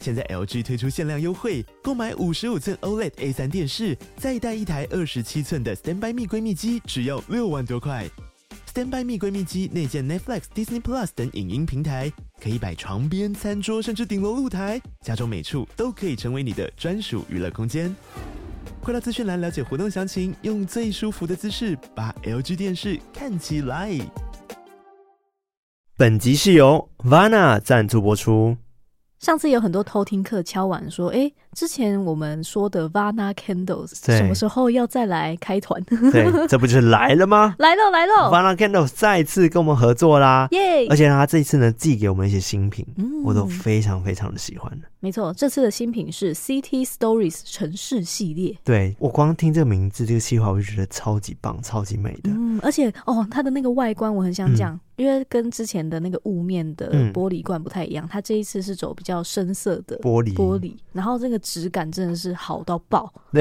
现在 LG 推出限量优惠，购买五十五寸 OLED A 3电视，再带一台二十七寸的 Standby 蜜闺蜜机，只要六万多块。Standby 蜜闺蜜机内建 Netflix、Disney Plus 等影音平台，可以摆床边、餐桌，甚至顶楼露台，家中每处都可以成为你的专属娱乐空间。快到资讯栏了解活动详情，用最舒服的姿势把 LG 电视看起来。本集是由 Vana 赞助播 出。上次有很多偷听客敲碗说，哎、之前我们说的 Vana Candles 对什么时候要再来开团？ 对，这不就是来了吗来喽来喽， ？Vana Candle 再次跟我们合作啦，耶！而且呢，他这一次呢寄给我们一些新品，嗯我都非常非常的喜欢。没错，这次的新品是 CT Stories 城市系列。对我光听这个名字，这个计划我就觉得超级棒、超级美的。嗯，而且哦，它的那个外观我很想讲，因为跟之前的那个雾面的嗯玻璃罐不太一样，它这一次是走比较深色的玻璃，玻，璃，然后这个质感真的是好到爆，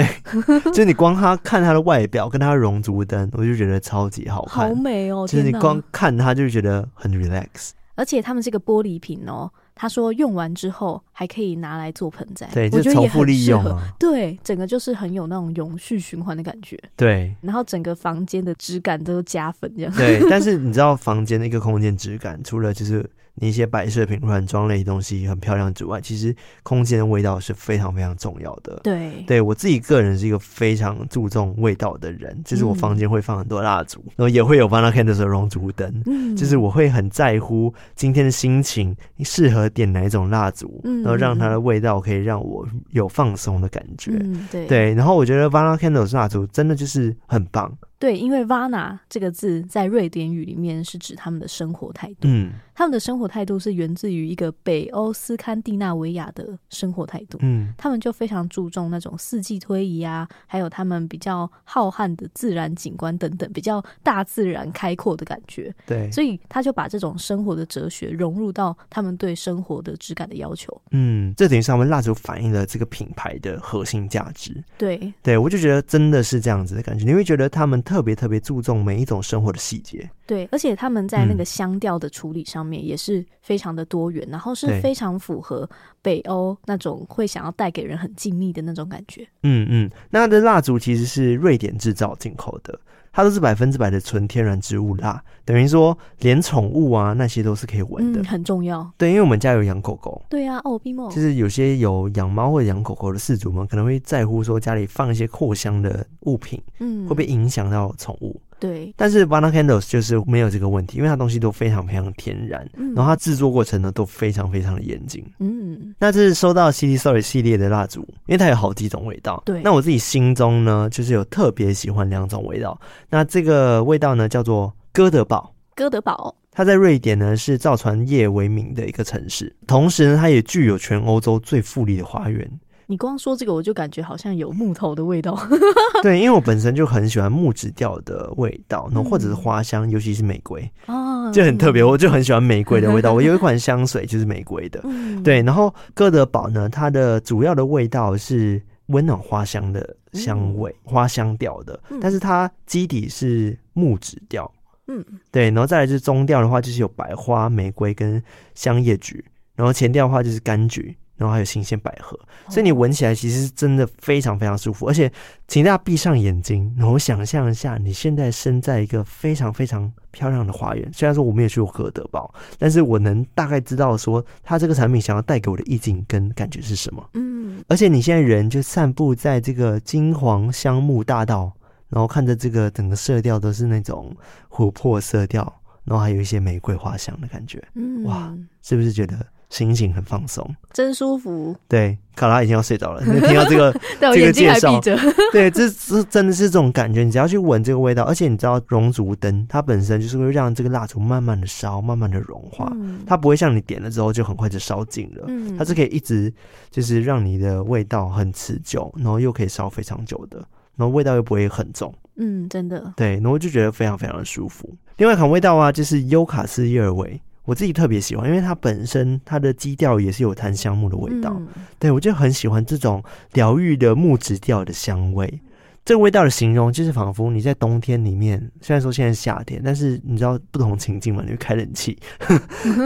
就是你光它看它的外表跟它的熔烛灯，我就觉得超级好看。好美哦！就是天你哪！光看它就觉得很 relax。而且他们这个玻璃瓶哦，他说用完之后还可以拿来做盆栽，对，我就觉是得重也复很利适用合。啊。对，整个就是很有那种永续循环的感觉，对然后整个房间的质感都加分， 这样。 对，但是你知道房间的一个空间质感，除了就是你一些摆设品、软装类的东西很漂亮之外，其实空间的味道是非常非常重要的。对对我自己个人是一个非常注重味道的人，就是我嗯房间会放很多蜡烛，然后也会有 Vana Candles 的熔烛灯，嗯，就是我会很在乎今天的心情，你适合点哪一种蜡烛，嗯然后让它的味道可以让我有放松的感觉。嗯，对对，然后我觉得 Vana Candles 蜡烛真的就是很棒，对因为 vana 这个字在瑞典语里面是指他们的生活态度，嗯他们的生活态度是源自于一个北欧斯堪的纳维亚的生活态度。嗯，他们就非常注重那种四季推移啊，还有他们比较浩瀚的自然景观等等，比较大自然开阔的感觉。对，所以他就把这种生活的哲学融入到他们对生活的质感的要求。嗯，这等于是他们蜡烛反映了这个品牌的核心价值。对，对我就觉得真的是这样子的感觉，你会觉得他们特别特别注重每一种生活的细节。对，而且他们在那嗯个香调的处理上面也是非常的多元，然后对是非常符合北欧那种会想要带给人很静谧的那种感觉。嗯嗯，那它的蜡烛其实是瑞典制造进口的，它都是百分之百的纯天然植物蜡，等于说连宠物啊那些都是可以闻的。嗯，很重要。对，因为我们家有养狗狗，对啊，哦，冰梦就，是有些有养猫或者养狗狗的饲主们可能会在乎说家里放一些扩香的物品嗯，会不会影响到宠物，对，但是 Banana Candles 就是没有这个问题，因为它东西都非常非常天然，嗯，然后它制作过程呢都非常非常的严谨。嗯，那这是收到 City Story 系列的蜡烛，因为它有好几种味道。对那我自己心中呢，就是有特别喜欢两种味道。那这个味道呢，叫做哥德堡。哥德堡，它在瑞典呢是造船业为名的一个城市，同时呢，它也具有全欧洲最富丽的花园。你光说这个我就感觉好像有木头的味道。 对，因为我本身就很喜欢木质调的味道，然后嗯或者是花香，尤其是玫瑰，啊，就很特别。我就很喜欢玫瑰的 味道。我有一款香水就是玫瑰的，嗯，嗯，对，然后哥德堡呢，它的主要的味道是温暖花香的香味，花香调的，嗯但是它基底是木质调，嗯，对，然后再来就是中调的话，就是有百花、玫瑰跟香叶菊，然后前调的话就是柑橘。然后还有新鲜百合，所以你闻起来其实是真的非常非常舒服，而且请大家闭上眼睛，然后想象一下，你现在身在一个非常非常漂亮的花园。虽然说我没有去过哥德堡，但是我能大概知道说，它这个产品想要带给我的意境跟感觉是什么。嗯，而且你现在人就散步在这个金黄香木大道，然后看着这个整个色调都是那种琥珀色调，然后还有一些玫瑰花香的感觉，嗯，哇哇，是不是觉得心情很放松？真舒服。对，卡拉已经要睡着了，你听到这个对，这我个眼睛还介绍闭着。 对，这这真的是这种感觉，你只要去闻这个味道，而且你知道熔烛灯它本身就是会让这个蜡烛慢慢的烧，慢慢的融化，嗯它不会像你点了之后就很快就烧尽了，嗯它是可以一直就是让你的味道很持久，然后又可以烧非常久的。然后味道又不会很重，嗯，真的，对，然后就觉得非常非常的舒服。另外一款味道啊，就是优卡斯叶尔维，我自己特别喜欢，因为它本身它的基调也是有檀香木的味道，嗯对我就很喜欢这种疗愈的木质调的香味。这个味道的形容就是仿佛你在冬天里面，虽然说现在是夏天，但是你知道不同情境嘛，你会开冷气，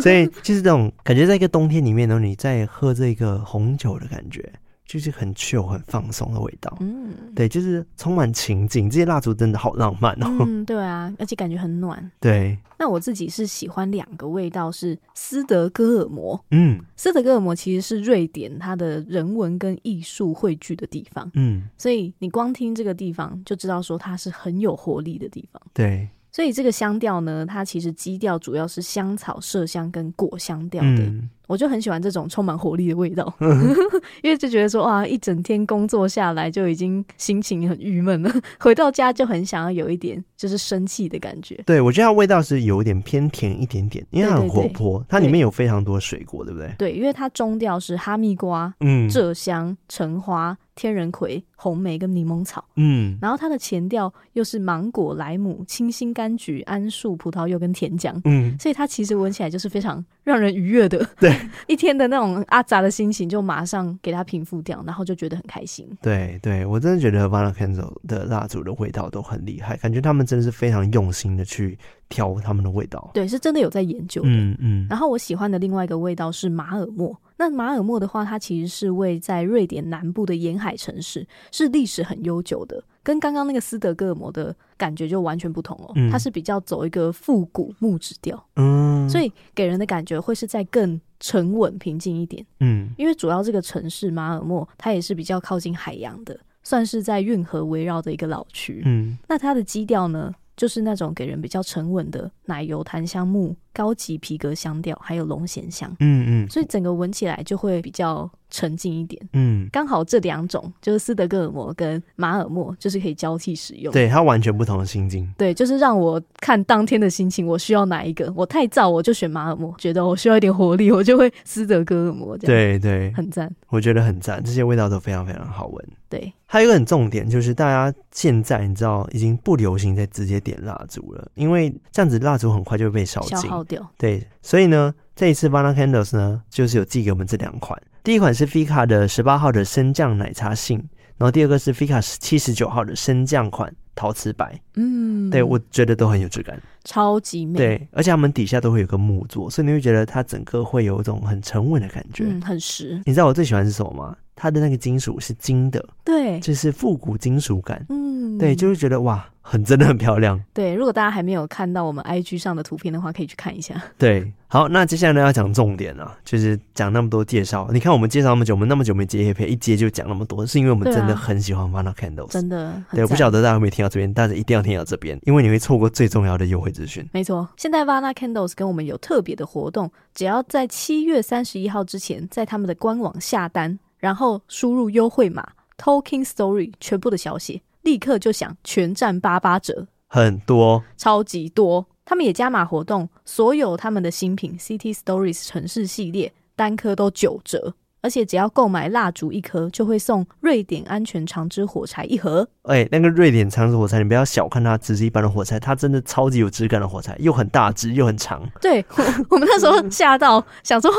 所以就是这种感觉，在一个冬天里面呢，你在喝这个红酒的感觉，就是很 chill、很放松的味道。嗯，对，就是充满情境，这些蜡烛真的好浪漫哦。嗯，对啊，而且感觉很暖。 对，那我自己是喜欢两个味道，是斯德哥尔摩。嗯斯德哥尔摩其实是瑞典它的人文跟艺术汇聚的地方，嗯，所以你光听这个地方就知道说它是很有活力的地方。对，所以这个香调呢，它其实基调主要是香草、麝香跟果香调的，嗯我就很喜欢这种充满活力的味道， 因为就觉得说哇，一整天工作下来就已经心情很郁闷了， 回到家就很想要有一点就是生气的感觉。对，我觉得它味道是有点偏甜一点点，因为它对很对活对泼，它里面有非常多水果，对不对？对，因为它中调是哈密瓜、嗯，麝香、橙花、天人葵、红莓跟柠檬草，嗯然后它的前调又是芒果、莱姆、清新柑橘、桉树、葡萄柚跟甜姜。嗯，所以它其实闻起来就是非常让人愉悦的，对， 一天的那种阿杂的心情就马上给它平复掉，然后就觉得很开心。对对，我真的觉得 v a n a c a n d l 的蜡烛的味道都很厉害，感觉他们真的是非常用心的去挑他们的味道。对，是真的有在研究的。嗯嗯然后我喜欢的另外一个味道是马尔默。那马尔默的话，它其实是位在瑞典南部的沿海城市，是历史很悠久的，跟刚刚那个斯德哥尔摩的感觉就完全不同哦。嗯它是比较走一个复古木质调，嗯，所以以给人的感觉会是在更沉稳平静一点。嗯因为主要这个城市马尔默，它也是比较靠近海洋的，算是在运河围绕的一个老区。嗯那它的基调呢，就是那种给人比较沉稳的奶油檀香木、高级皮革香调，还有龙涎香，嗯嗯所以整个闻起来就会比较沉静一点。嗯，刚好这两种就是斯德哥尔摩跟马尔默，就是可以交替使用。对，它完全不同的心境。对，就是让我看当天的心情，我需要哪一个？我太燥，我就选马尔默；觉得我需要一点活力，我就会 斯德哥尔摩。这对样对，很赞。我觉得很赞，这些味道都非常非常好闻。对，还有一个很重点就是，大家现在你知道已经不流行再直接点蜡烛了，因为这样子蜡烛很快就会被烧消尽。耗掉。对，所以呢，这一次 v a n a Candles 呢，就是有寄给我们这两款，第一款是 Fika 的十八号的升降奶茶杏，然后第二个是 Fika 七十九号的升降款陶瓷白。嗯，对我觉得都很有质感，超级美。，对，而且它们底下都会有个木座，所以你会觉得它整个会有一种很沉稳的感觉。嗯，很实。你知道我最喜欢是什么吗？它的那个金属是金的，对，就是复古金属感。嗯，对，就是觉得哇，很真的很漂亮。对，如果大家还没有看到我们 IG 上的图片的话，可以去看一下。对，好，那接下来呢要讲重点了、啊就是讲那么多介绍。你看我们介绍那么久，我们那么久没接叶片，一接就讲那么多，是因为我们对啊真的很喜欢 Vana Candles。真的很对，我不赞晓得大家有没有听到这边，但是一定要听到这边，因为你会错过最重要的优惠资讯。没错，现在 Vana Candles 跟我们有特别的活动，只要在七月三十一号之前，在他们的官网下单，然后输入优惠码 Talking Story 全部的小写，立刻就享全站八八折，很多，超级多。他们也加码活动，所有他们的新品 City Stories 城市系列单颗都九折，而且只要购买蜡烛一颗，就会送瑞典安全长枝火柴一盒。哎、那个瑞典长寿火柴，你不要小看它，只是一般的火柴，它真的超级有质感的火柴，又很大只，又很 长。对我，我们那时候吓到，想说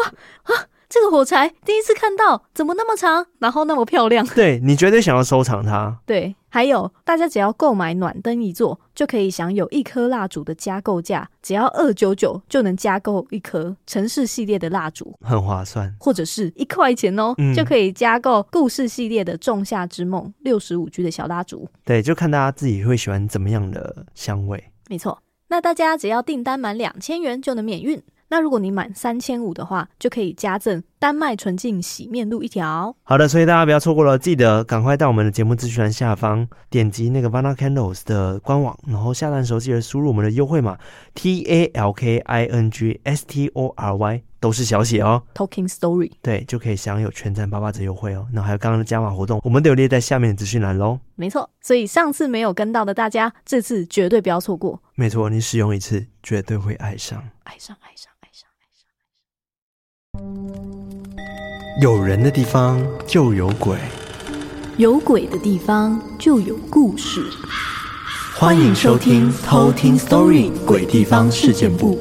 啊，这个火柴第一次看到，怎么那么长，然后那么漂亮？对你绝对想要收藏它。对，还有大家只要购买暖灯一座，就可以享有一颗蜡烛的加购价，只要二九九就能加购一颗城市系列的蜡烛，很划算，或者是一块钱哦，嗯就可以加购故事系列的《仲夏之梦》六十五 G 的小蜡烛。对，就看大家自己会喜欢怎么样的香味。没错，那大家只要订单满两千元就能免运。那如果你满三千五的话，就可以加赠丹麦纯净洗面露一条。好的，所以大家不要错过了，记得赶快到我们的节目资讯栏下方点击那个 Vana Candles 的官网，然后下单时候记得输入我们的优惠码 T A L K I N G S T O R Y，都是小写哦。 Talking Story，对，就可以享有全站八八折优惠哦。那还有刚刚的加码活动，我们都有列在下面的资讯栏喽。没错。所以上次没有跟到的大家，这次绝对不要错过。没错，你使用一次绝对会爱上。爱上，爱上，爱上。有人的地方就有鬼，有鬼的地方就有故事。欢迎收听《偷听 Story》鬼地方事件部。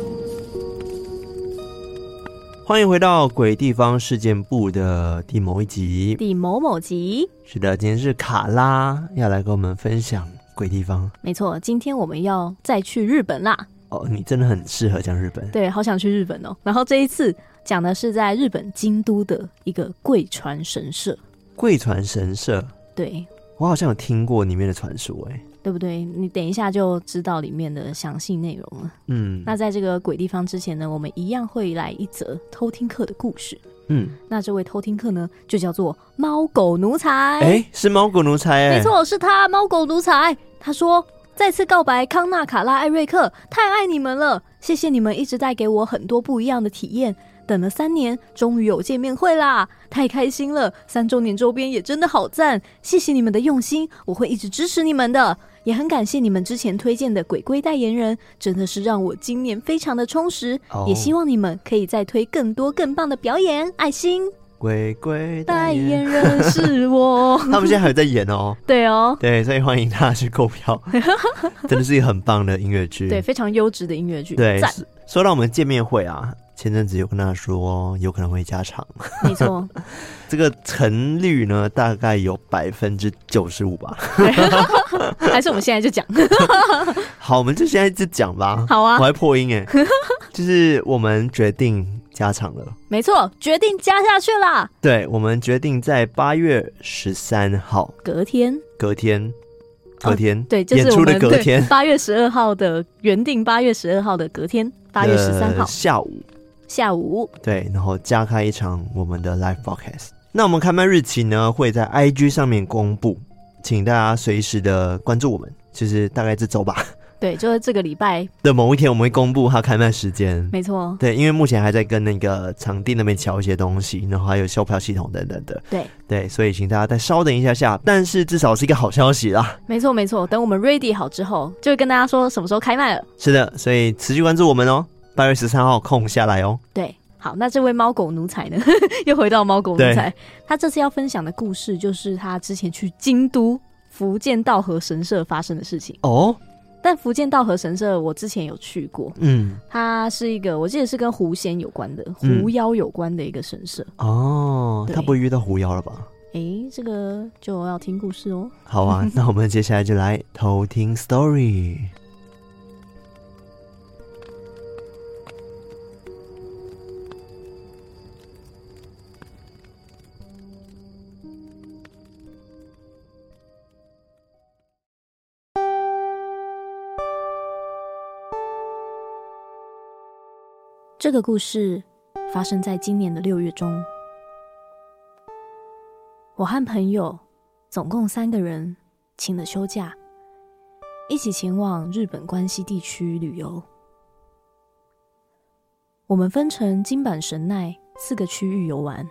欢迎回到《鬼地方事件部》的第某一集。第某某集，是的，今天是卡拉要来跟我们分享鬼地方没错，今天我们要再去日本啦。哦。你真的很适合讲日本，对，好想去日本哦。然后这一次讲的是在日本京都的一个贵船神社，贵船神社，对，我好像有听过里面的传说，哎，对不对？你等一下就知道里面的详细内容了。嗯那在这个鬼地方之前呢，我们一样会来一则偷听课的故事。嗯，那这位偷听客呢，就叫做猫狗奴才。哎，是猫狗奴才，哎，没，错，是他，猫狗独裁。他说：“再次告白康纳、卡拉、艾瑞克，太爱你们了！谢谢你们一直带给我很多不一样的体验。等了三年，终于有见面会啦，太开心了！三周年周边也真的好赞，谢谢你们的用心，我会一直支持你们的。”也很感谢你们之前推荐的鬼鬼代言人，真的是让我今年非常的充实哦也希望你们可以再推更多更棒的表演。爱心鬼鬼代代言言，人是我，他们现在还有在演哦。对哦，对，所以欢迎大家去购 票，真的是一个很棒的音乐剧。对，非常优质的音乐剧，对，赞，说说到我们见面会啊，前阵子有跟他说有可能会加场，没错，这个成率呢大概有百分之九十五吧。还是我们现在就讲，好，我们就现在就讲吧。 好啊我还破 音哎，就是我们决定加场了。没错，决定加下去啦。对，我们决定在八月十三号隔天，隔天，隔天、哦对，就是演我出的们隔天，八月十二号的原定八月十二号的隔天，八月十三呃号下午。下午，对，然后加开一场我们的 live podcast。那我们开卖日期呢会在 IG 上面公布，请大家随时的关注我们。就是大概这周吧 对，就是这个礼拜，的某一天，我们会公布它开卖时间。没错，对，因为目前还在跟那个场地那边瞧一些东西，然后还有售票系统等等的。对，对，所以请大家再稍等一下下，但是至少是一个好消息啦。没错，没错。等我们 ready 好之后，就会跟大家说什么时候开卖了。是的，所以持续关注我们哦。八月十三号空下来哦。对，好，那这位猫狗奴才呢？又回到猫狗奴才，他这次要分享的故事就是他之前去京都福建道和神社发生的事情。哦，但福建道和神社我之前有去过，嗯，它是一个我记得是跟狐仙有关的、嗯狐妖有关的一个神社。哦，对他不会遇到狐妖了吧？诶，这个就要听故事哦。好 啊，那我们接下来就来偷听 story。这个故事发生在今年的六月中。我和朋友总共三个人请了休假，一起前往日本关西地区旅游。我们分成金板神奈四个区域游玩。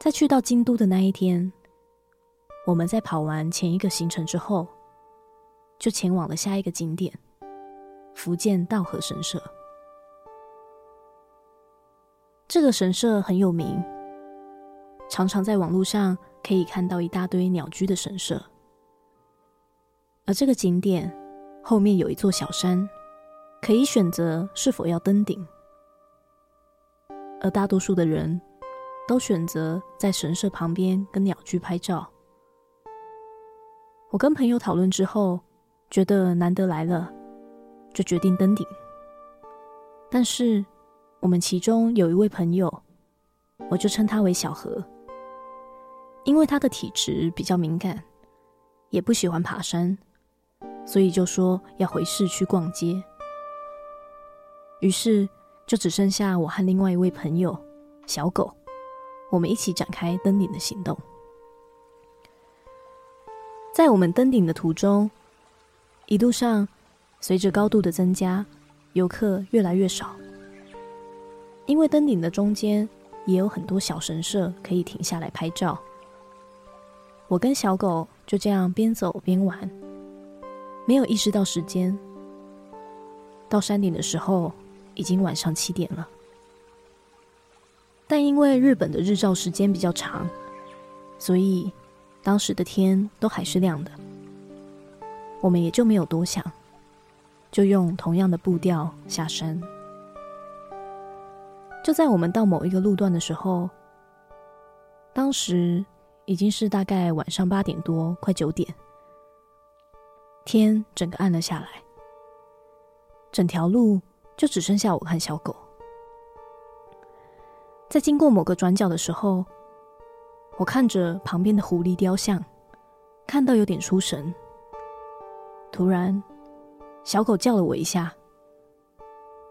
在去到京都的那一天，我们在跑完前一个行程之后，就前往了下一个景点——福建道和神社。这个神社很有名，常常在网络上可以看到一大堆鸟居的神社。而这个景点后面有一座小山，可以选择是否要登顶。而大多数的人都选择在神社旁边跟鸟居拍照。我跟朋友讨论之后，觉得难得来了，就决定登顶。但是我们其中有一位朋友，我就称他为小何，因为他的体质比较敏感，也不喜欢爬山，所以就说要回市区逛街。于是就只剩下我和另外一位朋友小狗，我们一起展开登顶的行动。在我们登顶的途中，一路上随着高度的增加，游客越来越少。因为登顶的中间也有很多小神社可以停下来拍照。我跟小狗就这样边走边玩，没有意识到时间。到山顶的时候，已经晚上七点了。但因为日本的日照时间比较长，所以当时的天都还是亮的，我们也就没有多想，就用同样的步调下山。就在我们到某一个路段的时候，当时已经是大概晚上八点多，快九点，天整个暗了下来，整条路就只剩下我和小狗。在经过某个转角的时候，我看着旁边的狐狸雕像，看到有点出神。突然，小狗叫了我一下，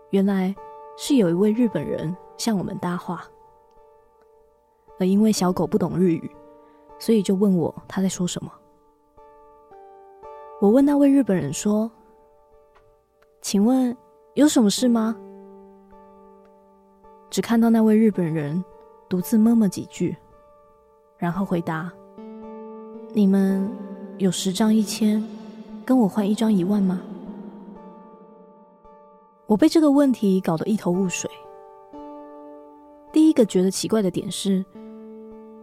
原来是有一位日本人向我们搭话，而因为小狗不懂日语，所以就问我他在说什么。我问那位日本人说：“请问有什么事吗？”只看到那位日本人独自默默几句，然后回答：“你们有十张一千，跟我换一张一万吗？”我被这个问题搞得一头雾水。第一个觉得奇怪的点是，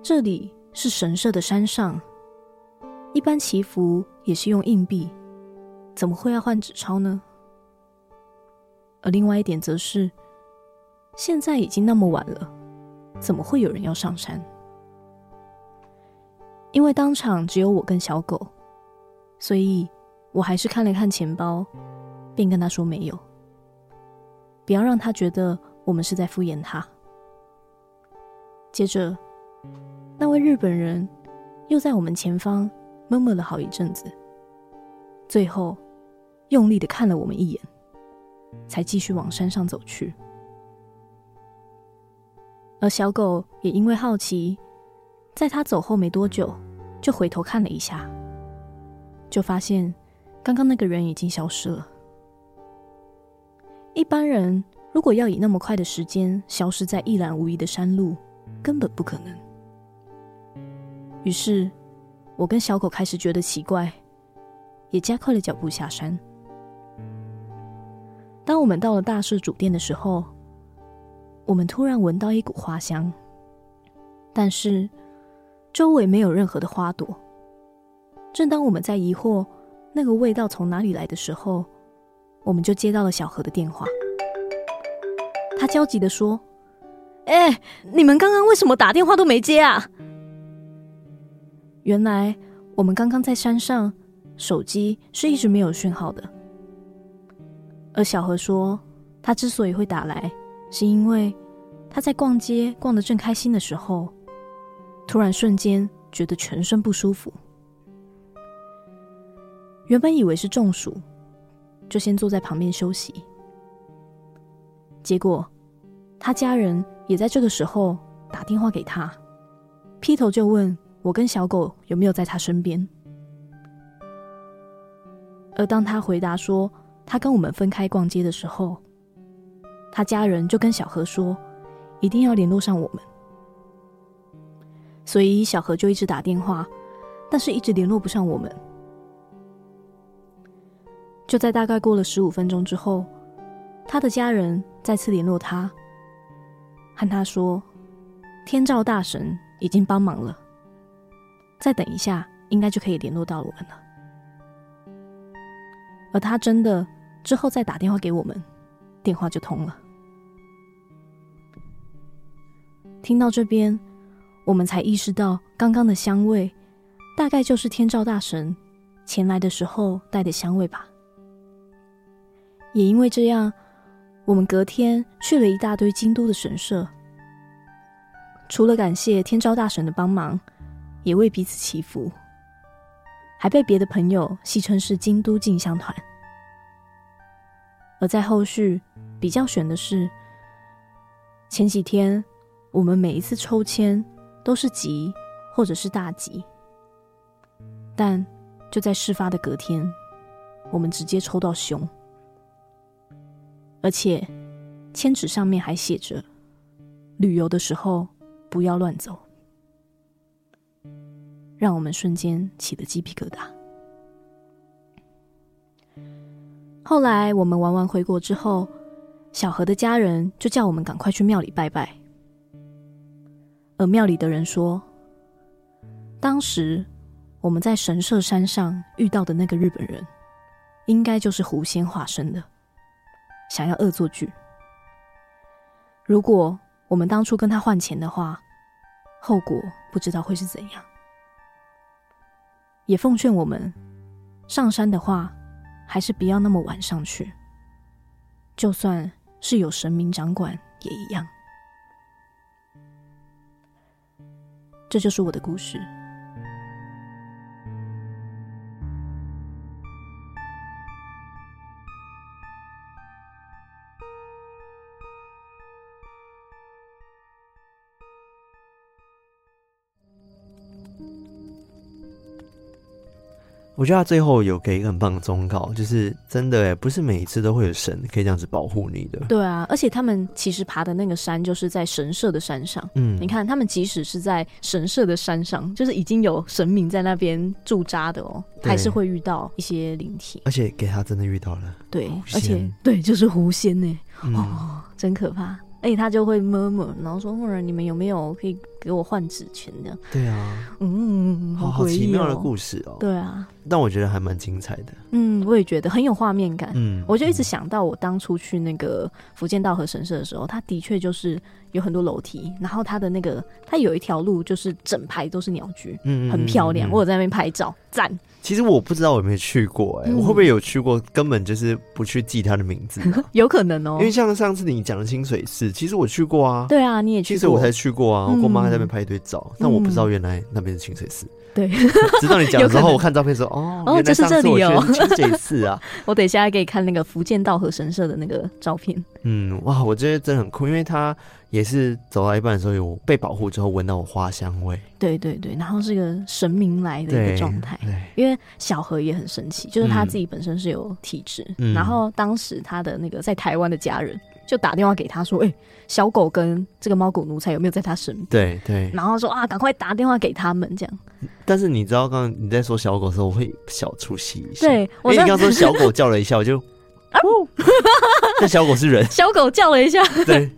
这里是神社的山上，一般祈福也是用硬币，怎么会要换纸钞呢？而另外一点则是，现在已经那么晚了，怎么会有人要上山？因为当场只有我跟小狗，所以我还是看了看钱包，便跟他说没有，不要让他觉得我们是在敷衍他。接着，那位日本人又在我们前方默默了好一阵子，最后用力的看了我们一眼，才继续往山上走去。而小狗也因为好奇，在它走后没多久，就回头看了一下，就发现刚刚那个人已经消失了。一般人如果要以那么快的时间消失在一览无遗的山路，根本不可能。于是，我跟小狗开始觉得奇怪，也加快了脚步下山。当我们到了大社主殿的时候，我们突然闻到一股花香，但是周围没有任何的花朵。正当我们在疑惑那个味道从哪里来的时候，我们就接到了小何的电话。他焦急的说：“哎、你们刚刚为什么打电话都没接啊？”原来我们刚刚在山上，手机是一直没有讯号的。而小何说，他之所以会打来，是因为他在逛街逛得正开心的时候，突然瞬间觉得全身不舒服。原本以为是中暑，就先坐在旁边休息。结果，他家人也在这个时候打电话给他，劈头就问我跟小狗有没有在他身边。而当他回答说他跟我们分开逛街的时候，他家人就跟小何说，一定要联络上我们。所以小何就一直打电话，但是一直联络不上我们。就在大概过了十五分钟之后，他的家人再次联络他，和他说，天照大神已经帮忙了，再等一下应该就可以联络到我们了。而他真的之后再打电话给我们，电话就通了。听到这边，我们才意识到刚刚的香味，大概就是天照大神前来的时候带的香味吧。也因为这样，我们隔天去了一大堆京都的神社，除了感谢天照大神的帮忙，也为彼此祈福，还被别的朋友戏称是京都进香团。而在后续比较选的是，前几天我们每一次抽签都是吉或者是大吉，但就在事发的隔天，我们直接抽到凶，而且签纸上面还写着旅游的时候不要乱走，让我们瞬间起了鸡皮疙瘩。后来我们玩完回国之后，小何的家人就叫我们赶快去庙里拜拜。而庙里的人说，当时我们在神社山上遇到的那个日本人，应该就是狐仙化身的，想要恶作剧。如果我们当初跟他换钱的话，后果不知道会是怎样。也奉劝我们，上山的话，还是不要那么晚上去。就算是有神明掌管，也一样。这就是我的故事。我觉得他最后有给一个很棒的忠告，就是真的哎，不是每一次都会有神可以这样子保护你的。对啊，而且他们其实爬的那个山就是在神社的山上。嗯，你看，他们即使是在神社的山上，就是已经有神明在那边驻扎的哦，对还是会遇到一些灵体。而且给他真的遇到了，对狐，仙而且对，就是狐仙呢、嗯，哦，真可怕。而且他就会 murmur，然后说：“或者你们有没有可以给我换纸钱的对啊，？”嗯，好好奇妙的事。故事哦。对啊，但我觉得还蛮精彩的。嗯，我也觉得很有画面感。嗯，我就一直想到我当初去那个福建道和神社的时候，它的确就是有很多楼梯，然后它的那个它有一条路就是整排都是鸟居，嗯很漂亮。我有在那边拍照，赞。其实我不知道我有没有去过、哎、嗯我会不会有去过？根本就是不去记他的名字啊、有可能因、哦为像上次你讲的清水寺，其实我去过啊。对啊，你也去清过，水我才去过啊，我跟我妈在嗯那边拍一堆照，但我不知道原来那边是清水寺。对， 直到你讲有的可时能候，我看照片说，哦，哦原来就是上次这里哦我去 清水寺啊。我等一下还给你看那个福建道和神社的那个照片。嗯，哇，我觉得真的很酷，因为他也是走到一半的时候有被保护之后闻到我花香味，对对对，然后是个神明来的一对，个状态。对，因为小何也很神奇，就是他嗯自己本身是有体质，嗯然后当时他的那个在台湾的家人就打电话给他说：“哎、小狗跟这个猫狗奴才有没有在他身边对对？”，然后说啊，赶快打电话给他们这样。但是你知道，刚刚你在说小狗的时候，我会小出戏一下。对因我啊为那，你刚说小狗叫了一下，我就，那小狗是人 小狗叫了一下，对，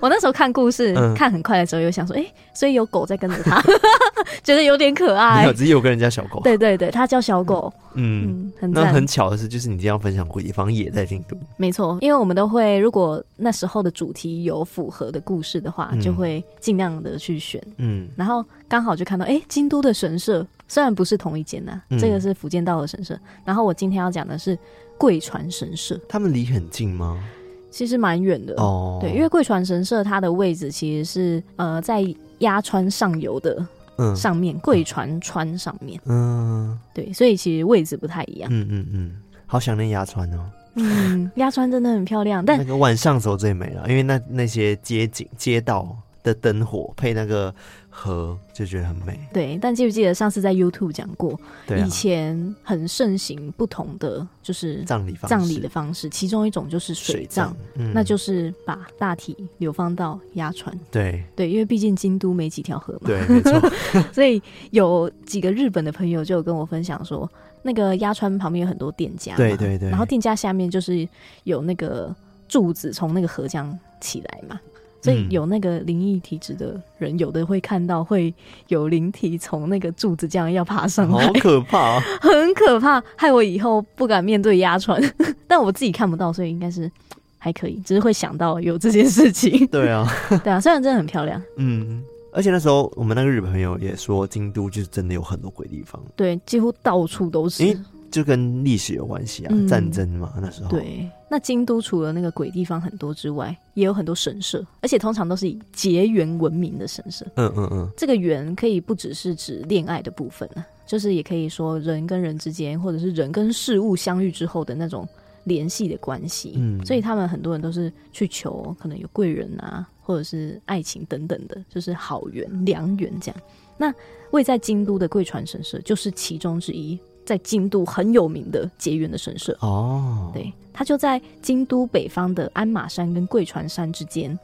我那时候看故事、嗯看很快的时候，又想说，哎、所以有狗在跟着他， 觉得有点可没爱有，。只是有跟人家小狗。哎 对对对，它叫小狗，嗯，嗯，很那赞，很巧的是，就是你这样分享鬼方也在京都，没错，因为我们都会，如果那时候的主题有符合的故事的话，嗯就会尽量的去选。嗯，然后刚好就看到，哎，京都的神社虽然不是同一间呐、嗯这个是福建道的神社。然后我今天要讲的是贵船神社，他们离很近吗？其实蛮远的。哦，对，因为贵船神社它的位置其实是呃在鸭川上游的嗯上面，贵船川上面，嗯对，所以其实位置不太一样。 嗯嗯嗯，好想念鸭川哦。嗯，鸭川真的很漂亮，但那个晚上的时候最美了，因为那那些街景街道的灯火配那个河，就觉得很美。对，但记不记得上次在 YouTube 讲过，对啊以，前很盛行不同的就是葬礼方葬式礼的方式，其中一种就是水水葬，葬，嗯那就是把大体流放到鸭川。对对，因为毕竟京都没几条河嘛，对，没错。 所以有几个日本的朋友就有跟我分享说，那个鸭川旁边有很多店家嘛，对对对然后店家下面就是有那个柱子从那个河这样起来嘛。所以嗯有那个灵异体质的人，有的会看到会有灵体从那个柱子这样要爬上来，好可怕、哦！。很可怕，害我以后不敢面对鸭川。 但我自己看不到，所以应该是还可以，只是会想到有这件事 情对啊，对啊，虽然真的很漂亮，嗯，而且那时候我们那个日本朋友也说，京都就是真的有很多鬼地方，对，几乎到处都是。诶就跟历史有关系啊，嗯战争嘛那时候。，对，那京都除了那个鬼地方很多之外，也有很多神社，而且通常都是以结缘闻名的神社。嗯嗯嗯，这个缘可以不只是指恋爱的部分啊，就是也可以说人跟人之间，或者是人跟事物相遇之后的那种联系的关系。嗯所以他们很多人都是去求可能有贵人啊，或者是爱情等等的，就是好缘、良缘这样。那位在京都的贵船神社就是其中之一，在京都很有名的结缘的神社。哦，，对，它就在京都北方的鞍马山跟贵船山之间，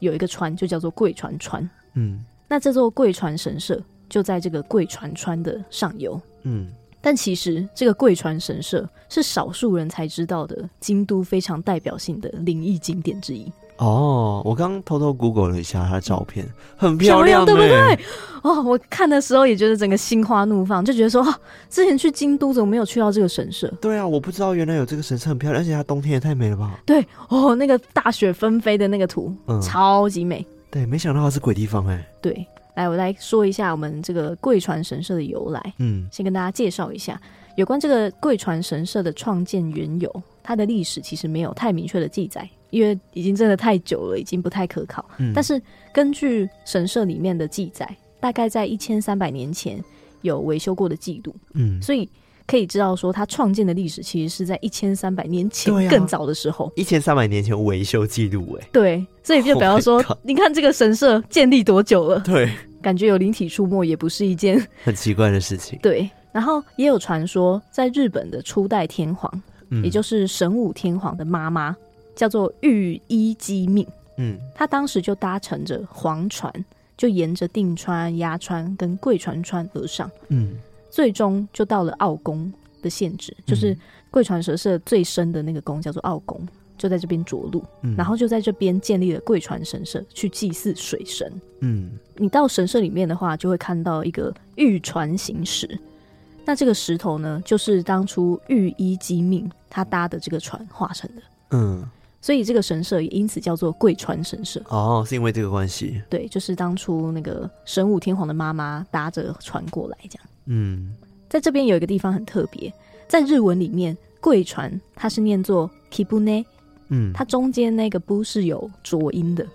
有一个川，就叫做贵船川。嗯那这座贵船神社就在这个贵船川的上游。嗯，但其实这个贵船神社是少数人才知道的京都非常代表性的灵异景点之一。哦，我刚偷偷 Google 了一下她的照片，很漂亮、欸，对不对？哦，我看的时候也觉得整个心花怒放，就觉得说，哦、之前去京都怎么没有去到这个神社？对啊，我不知道原来有这个神社很漂亮，而且它冬天也太美了吧？对，哦，那个大雪纷飞的那个图，嗯超级美。对，没想到它是鬼地方哎、对，来，我来说一下我们这个贵船神社的由来。嗯先跟大家介绍一下有关这个贵船神社的创建缘由，它的历史其实没有太明确的记载，因为已经真的太久了，已经不太可靠。嗯，但是根据神社里面的记载，大概在一千三百年前有维修过的记录，嗯，所以可以知道说它创建的历史其实是在一千三百年前对啊更早的时候。一千三百年前有维修记录哎、对，所以就表示 Oh 说 my God 你看这个神社建立多久了？对，感觉有灵体出没也不是一件，很奇怪的事情对，然后也有传说，在日本的初代天皇，嗯也就是神武天皇的妈妈，叫做御医姬命，嗯她当时就搭乘着黄船，就沿着定川、鸭川跟贵船川而上，嗯最终就到了奥宫的限制，就是嗯贵船神社最深的那个宫叫做奥宫，就在这边着陆，嗯，然后就在这边建立了贵船神社，去祭祀水神。嗯你到神社里面的话，就会看到一个玉船形石。那这个石头呢，就是当初御医姬命他搭的这个船化成的，嗯，所以这个神社也因此叫做贵船神社。哦，是因为这个关系，对，就是当初那个神武天皇的妈妈搭着船过来，这样。嗯在这边有一个地方很特别，在日文里面，贵船它是念作 kibune，嗯，它中间那个不是有浊音的，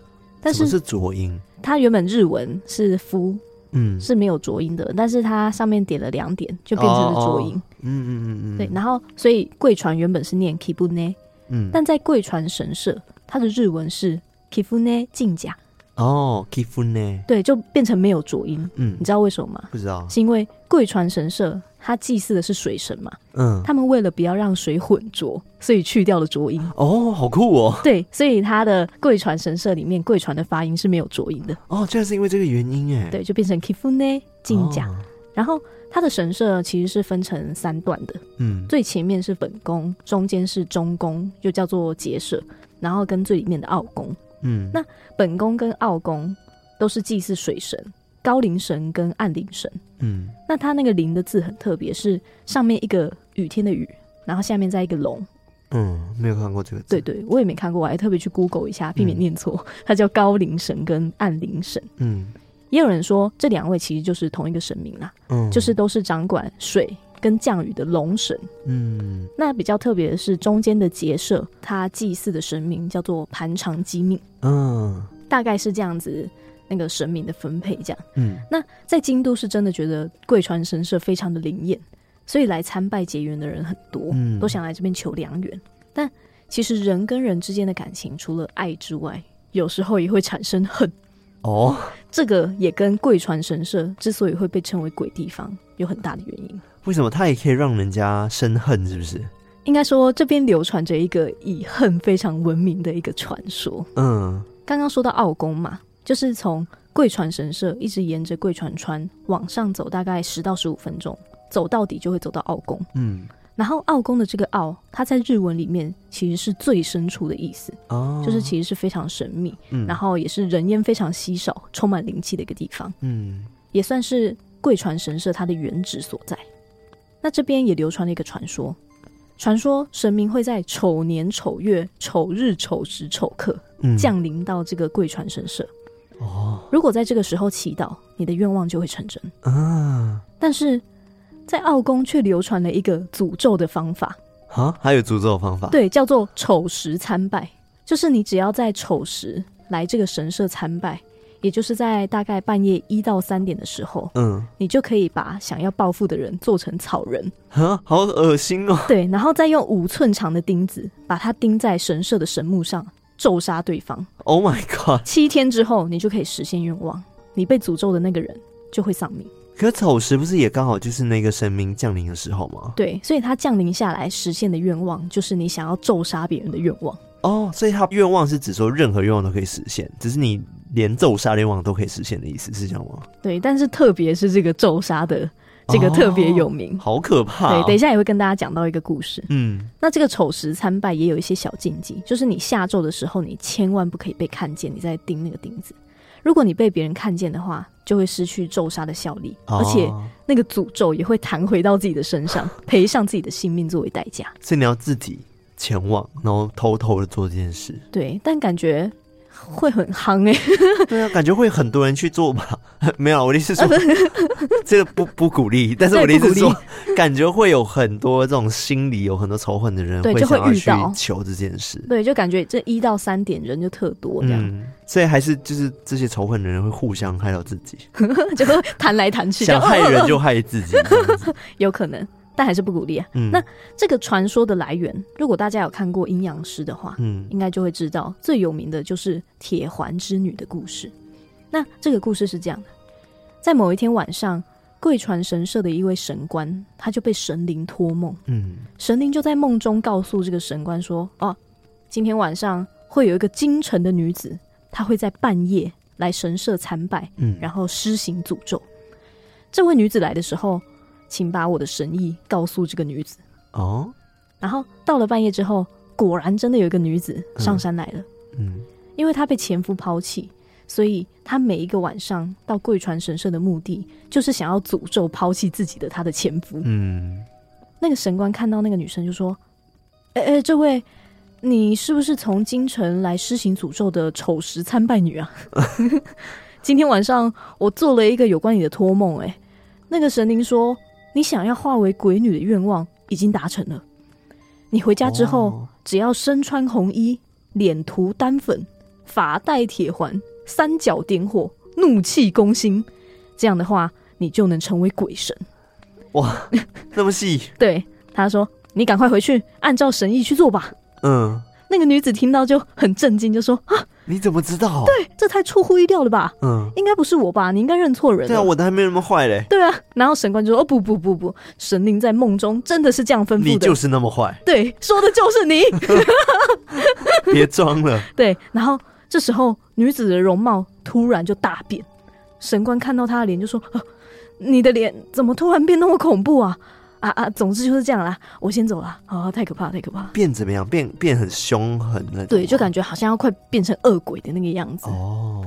但什么是是浊音，它原本日文是夫，嗯是没有浊音的，但是它上面点了两点，就变成了浊音。嗯嗯嗯嗯，对，然后所以贵船原本是念 kibune，嗯，但在贵船神社，它的日文是 kifune 进甲，哦 k i f u n e 对，就变成没有浊音。嗯你，知道为什么吗？不知道，是因为贵船神社它祭祀的是水神嘛，嗯，他们为了不要让水混浊，所以去掉了 浊音。哦，好酷哦，对，所以它的贵船神社里面贵船的发音是没有浊音的，哦，居然是因为这个原因哎，，对，就变成 kifune 进甲。哦，然后它的神社其实是分成三段的。嗯，最前面是本宫，中间是中宫，就叫做结社，然后跟最里面的奥宫。嗯，那本宫跟奥宫都是祭祀水神、高陵神跟暗陵神。嗯那它那个陵的字很特别，是上面一个雨天的雨，然后下面再一个龙。嗯，没有看过这个字，对，对，我也没看过，我还特别去 Google 一下，避免念错。它叫高陵神跟暗陵神。嗯也有人说，这两位其实就是同一个神明啦，嗯，就是都是掌管水跟降雨的龙神。嗯那比较特别的是，中间的结社，它祭祀的神明叫做盘长鸡命，嗯大概是这样子那个神明的分配。这样，嗯那在京都是真的觉得贵船神社非常的灵验，所以来参拜结缘的人很多，嗯都想来这边求良缘。但其实人跟人之间的感情，除了爱之外，有时候也会产生恨。哦，这个也跟贵船神社之所以会被称为鬼地方有很大的原因。为什么它也可以让人家生恨，是不是？应该说，这边流传着一个以恨非常闻名的一个传说。嗯刚刚说到奥宫嘛，就是从贵船神社一直沿着贵船川往上走，大概十到十五分钟，走到底就会走到奥宫。嗯，然后奥宫的这个奥，它在日文里面其实是最深处的意思，哦，就是其实是非常神秘，嗯，然后也是人烟非常稀少、充满灵气的一个地方，嗯也算是贵船神社它的原址所在。那这边也流传了一个传说，传说神明会在丑年丑月丑日丑时丑刻嗯降临到这个贵船神社。哦如果在这个时候祈祷，你的愿望就会成真。啊但是在奥宫却流传了一个诅咒的方法，啊，还有诅咒的方法，，对，叫做丑时参拜，就是你只要在丑时来这个神社参拜，也就是在大概半夜一到三点的时候，嗯你就可以把想要报复的人做成草人， 啊，好恶心哦，对，然后再用五寸长的钉子把它钉在神社的神木上，咒杀对方。 ，Oh my god！七天之后，你就可以实现愿望，你被诅咒的那个人就会丧命。可丑时不是也刚好就是那个神明降临的时候吗？对，所以他降临下来实现的愿望，就是你想要咒杀别人的愿望。哦，所以他愿望是指说任何愿望都可以实现，只是你连咒杀愿望都可以实现的意思，是这样吗？对，但是特别是这个咒杀的这个特别有名。好可怕、对，等一下也会跟大家讲到一个故事。嗯，那这个丑时参拜也有一些小禁忌，就是你下咒的时候，你千万不可以被看见你在钉那个钉子。如果你被别人看见的话，就会失去咒杀的效力，而且哦那个诅咒也会弹回到自己的身上，赔上自己的性命作为代价。所以你要自己前往，然后偷偷的做这件 事。对，但感觉会很夯哎、对啊，感觉会很多人去做吧？ 没有啊，我的意思是 说，这个不不鼓励，但是对我的意思是不说鼓，感觉会有很多这种心里有很多仇恨的人对会就会想要遇到去求这件事。对，就感觉这一到三点人就特多这样，嗯，所以还是就是这些仇恨的人会互相害到自己， 就会弹来弹去，这嗯想样害 人就害自己。这样子有可能，但还是不鼓励啊。嗯，那这个传说的来源，如果大家有看过阴阳师的话，嗯应该就会知道，最有名的就是铁环之女的故事。那这个故事是这样的：在某一天晚上，贵船神社的一位神官，他就被神灵托梦，嗯，神灵就在梦中告诉这个神官说：“哦，今天晚上会有一个京城的女子，她会在半夜来神社参拜，嗯然后施行诅咒。这位女子来的时候，请把我的神意告诉这个女子。” 哦，然后到了半夜之后，果然真的有一个女子上山来了。嗯因为她被前夫抛弃，所以她每一个晚上到贵船神社的目的，就是想要诅咒抛弃自己的她的前夫。嗯，那个神官看到那个女生就说：“哎、哎、这位，你是不是从京城来施行诅咒的丑时参拜女啊？ 今天晚上我做了一个有关你的托梦，哎，那个神灵说你想要化为鬼女的愿望已经达成了，你回家之后。哦只要身穿红衣，脸涂丹粉，发带铁环，三角点火，怒气攻心，这样的话，你就能成为鬼神。哇，那么细，对，他说：“你赶快回去，按照神意去做吧。嗯，”那个女子听到就很震惊，就说：“啊，你怎么知道？对，这太出乎意料了吧？嗯，应该不是我吧？你应该认错人了。对啊，我的还没那么坏嘞，对啊，然后神官就说：“哦，不不不不，神灵在梦中真的是这样吩咐的。你就是那么 坏， 对，说的就是 你。”别装了，对，然后这时候女子的容貌突然就大变，神官看到她的脸就说：“啊、你的脸怎么突然变那么恐怖啊？”啊啊，总之就是这样啦，我先走了啊，太可怕，太可怕。变怎么样？变变很凶狠那种对，就吗感觉好像要快变成恶鬼的那个样子。哦，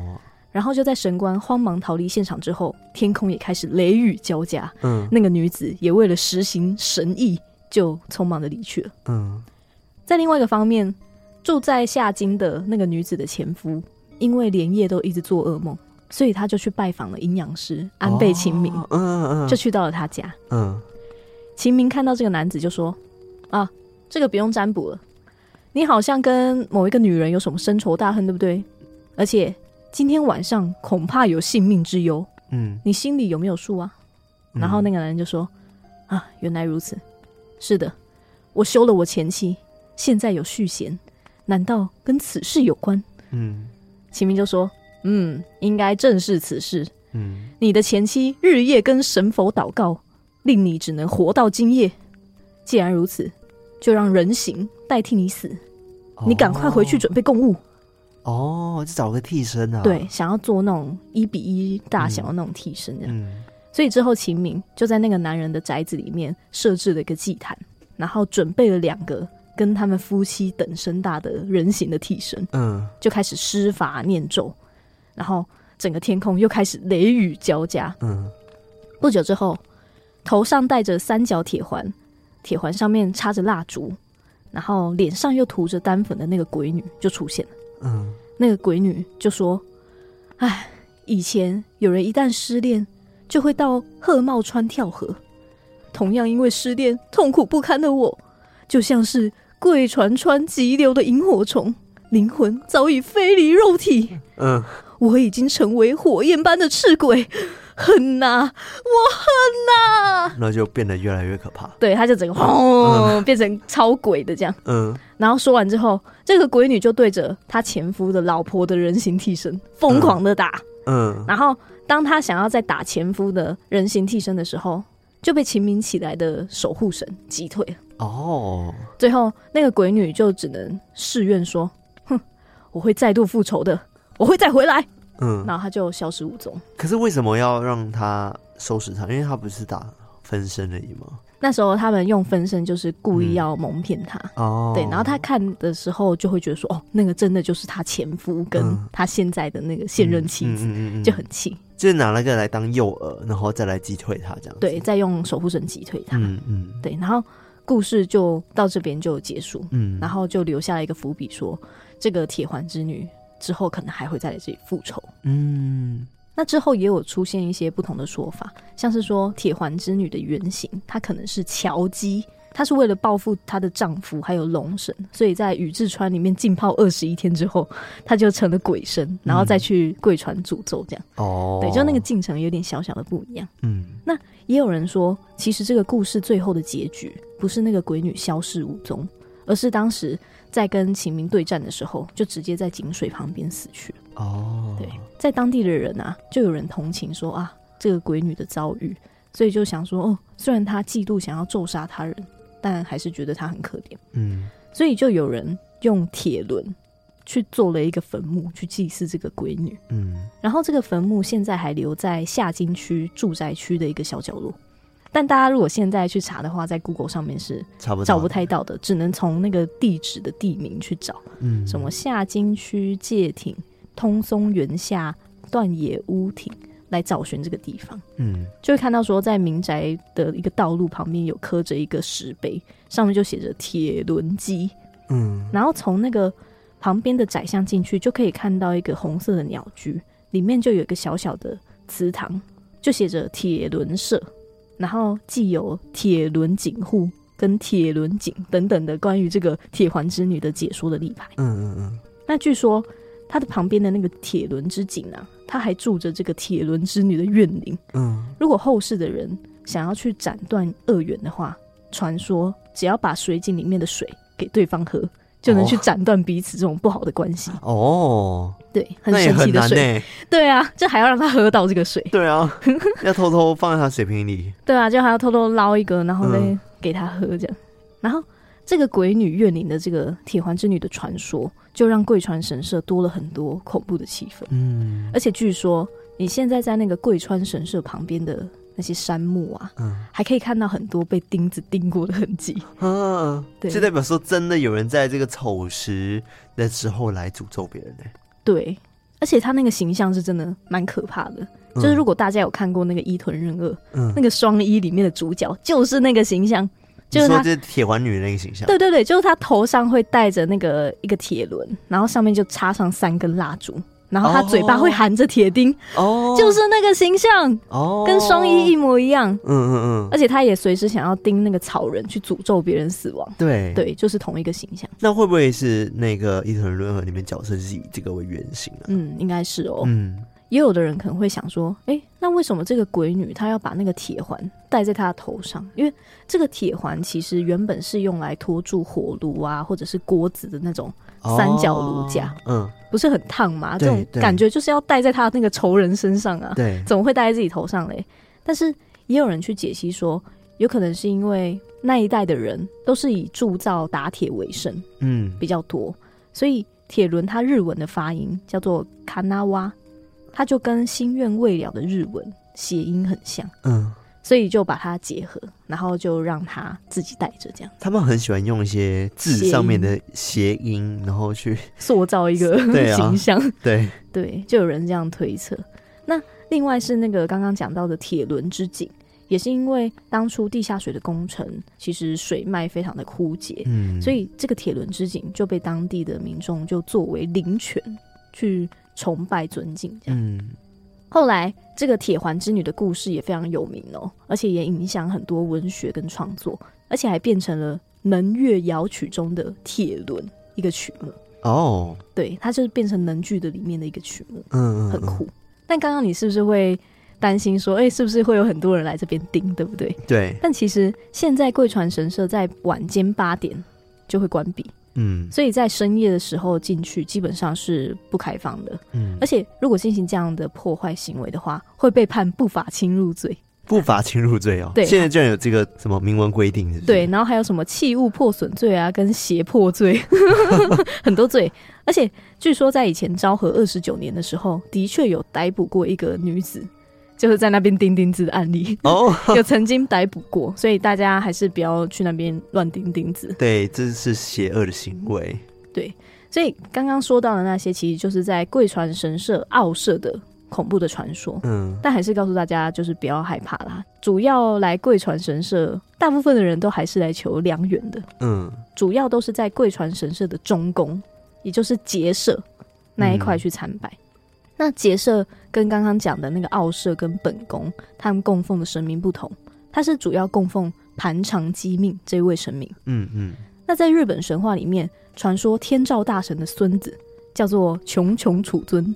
然后就在神官慌忙逃离现场之后，天空也开始雷雨交加，嗯那个女子也为了实行神意，就匆忙的离去了。嗯在另外一个方面，住在夏京的那个女子的前夫，因为连夜都一直做噩梦，所以他就去拜访了阴阳师安倍晴明，哦嗯嗯嗯，就去到了他家。嗯晴明看到这个男子就说：“啊，这个不用占卜了，你好像跟某一个女人有什么深仇大恨，对不对？而且今天晚上恐怕有性命之忧，嗯，你心里有没有数啊？”然后那个男人就说：“啊，原来如此，是的，我休了我前妻，现在有续弦，难道跟此事有关嗯？”秦明就说：“嗯，应该正是此事。嗯你的前妻日夜跟神佛祷告，令你只能活到今夜。既然如此，就让人形代替你死，嗯，你赶快回去准备供物。哦，哦就找个替身啊，对，，想要做那种一比一大小的那种替身这样。嗯所以之后，秦明就在那个男人的宅子里面设置了一个祭坛，然后准备了两个跟他们夫妻等身大的人形的替身，嗯，就开始施法念咒，然后整个天空又开始雷雨交加。嗯不久之后，头上戴着三角铁环，铁环上面插着蜡烛，然后脸上又涂着丹粉的那个鬼女就出现了。嗯那个鬼女就说：“哎，以前有人一旦失恋，就会到鹤茂川跳河。同样因为失恋痛苦不堪的我，就像是贵船川急流的萤火虫，灵魂早已飞离肉体，嗯，我已经成为火焰般的赤鬼，恨呐、我恨呐、那就变得越来越可怕，对，他就整个轰变成超鬼的这样。嗯然后说完之后，这个鬼女就对着她前夫的老婆的人形替身疯狂的打。嗯然后当她想要再打前夫的人形替身的时候，就被秦明起来的守护神击退了。哦，最后那个鬼女就只能誓愿说：“哼，我会再度复仇的，我会再回来。”嗯，然后她就消失无踪。可是为什么要让他收拾他？因为他不是打分身而已吗？那时候他们用分身就是故意要蒙骗他，哦，对，然后他看的时候就会觉得说，哦，那个真的就是他前夫跟嗯他现在的那个现任妻子，嗯嗯嗯嗯就很气，就是拿那个来当诱饵，然后再来击退他这样子。对，再用守护神击退他，嗯嗯对，然后故事就到这边就结束，嗯，然后就留下了一个伏笔说，这个铁环之女之后可能还会再来这里复仇。嗯那之后也有出现一些不同的说法，像是说铁环之女的原型，她可能是乔姬，她是为了报复她的丈夫还有龙神，所以在宇治川里面浸泡二十一天之后，她就成了鬼神，然后再去贵船诅咒这样。哦，对，就那个进程有点小小的不一样。嗯也有人说，其实这个故事最后的结局不是那个鬼女消失无踪，而是当时在跟秦明对战的时候，就直接在井水旁边死去。哦，对，在当地的人啊，就有人同情说啊，这个鬼女的遭遇，所以就想说，哦，虽然她嫉妒想要咒杀他人，但还是觉得她很可怜，嗯所以就有人用铁轮去做了一个坟墓去祭祀这个鬼女。嗯然后这个坟墓现在还留在下金区住宅区的一个小角落。但大家如果现在去查的话，在 Google 上面是差不多找不太到的，只能从那个地址的地名去找，嗯什么下金区界町、通松园下、段野屋町来找寻这个地方，嗯就会看到说，在民宅的一个道路旁边有刻着一个石碑，上面就写着“铁轮机”，嗯然后从那个旁边的窄巷进去，就可以看到一个红色的鸟居，里面就有一个小小的祠堂，就写着铁轮社，然后既有铁轮警户跟铁轮警等等的关于这个铁环之女的解说的立牌。嗯嗯嗯， 那据说它的旁边的那个铁轮之井啊，它还住着这个铁轮之啊女的怨灵。嗯如果后世的人想要去斩断恶缘的话，传说只要把水井里面的水给对方喝，就能去斩断彼此这种不好的关系。哦，对，很那也神奇很的难欸水。呢。对啊，这还要让他喝到这个水。对啊， 要偷偷放在他水瓶里。对啊，就还要偷偷捞一个，然后呢嗯给他喝这样。然后这个鬼女怨灵的这个铁环之女的传说，就让贵船神社多了很多恐怖的气氛。嗯而且据说你现在在那个贵川神社旁边的那些杉木啊，嗯还可以看到很多被钉子钉过的痕迹。啊，对这代表说真的有人在这个丑时的时候来诅咒别人欸呢。对，而且他那个形象是真的蛮可怕的。嗯就是如果大家有看过那个伊藤润二嗯那，个双一里面的主角，就是那个形象，你就是说他。这铁环女那个形象。对对对，就是他头上会戴着那个一个铁轮，然后上面就插上三根蜡烛，然后他嘴巴会含着铁钉，哦，就是那个形象，哦，跟双一一嗯模一样。嗯嗯，而且他也随时想要盯那个草人去诅咒别人死亡，对。对，就是同一个形象。那会不会是那个《伊藤润和》里面角色是以这个为原型啊？嗯，应该是哦。嗯也有的人可能会想说，诶，那为什么这个鬼女她要把那个铁环戴在她的头上？因为这个铁环其实原本是用来托住火炉啊，或者是锅子的那种，三角炉架哦不是很烫吗？这对种对感觉就是要戴在她的那个仇人身上啊嗯，，对，怎么会戴在自己头上嘞？但是也有人去解析说，有可能是因为那一代的人都是以铸造打铁为生，嗯，比较多，所以铁轮它日文的发音叫做卡纳哇，它就跟心愿未了的日文谐音很像，嗯，所以就把它结合，然后就让它自己带着这样他们很喜欢用一些字上面的谐音，然后去塑造一个对啊形象，对， 对，就有人这样推测。那另外是那个刚刚讲到的铁轮之井。也是因为当初地下水的工程，其实水脉非常的枯竭，嗯， 所以这个铁轮之井就被当地的民众就作为灵泉去崇拜尊敬。这样，嗯后来这个铁环之女的故事也非常有名哦，而且也影响很多文学跟创作，而且还变成了能乐谣曲中的铁轮一个曲目。哦，对，它就是变成能剧的里面的一个曲目，嗯嗯，很酷。但刚刚你是不是会担心说，哎、是不是会有很多人来这边盯，对不对？嗯，对，但其实现在贵船神社在晚间八点就会关闭，嗯所以在深夜的时候进去基本上是不开放的，嗯而，且如果进行这样的破坏行为的话，会被判不法侵入罪。不法侵入罪哦，对现在居然有这个什么明文规定，是不是？对，，然后还有什么器物破损罪啊，跟胁迫罪，啊很多罪。而且据说在以前昭和二十九年的时候，的确有逮捕过一个女子，就是在那边钉钉子的案例，哦， 有曾经逮捕过，所以大家还是不要去那边乱钉钉子。对，这是邪恶的行为。所以刚刚说到的那些，其实就是在贵船神社奥社的恐怖的传说。嗯，但还是告诉大家，就是不要害怕啦。主要来贵船神社，大部分的人都还是来求良缘的，嗯，主要都是在贵船神社的中宫，也就是结社那一块去参拜。那结社跟刚刚讲的那个奥社跟本宫，他们供奉的神明不同，它是主要供奉盘长机命这位神明。嗯嗯，那在日本神话里面，传说天照大神的孙子叫做穷穷楚尊，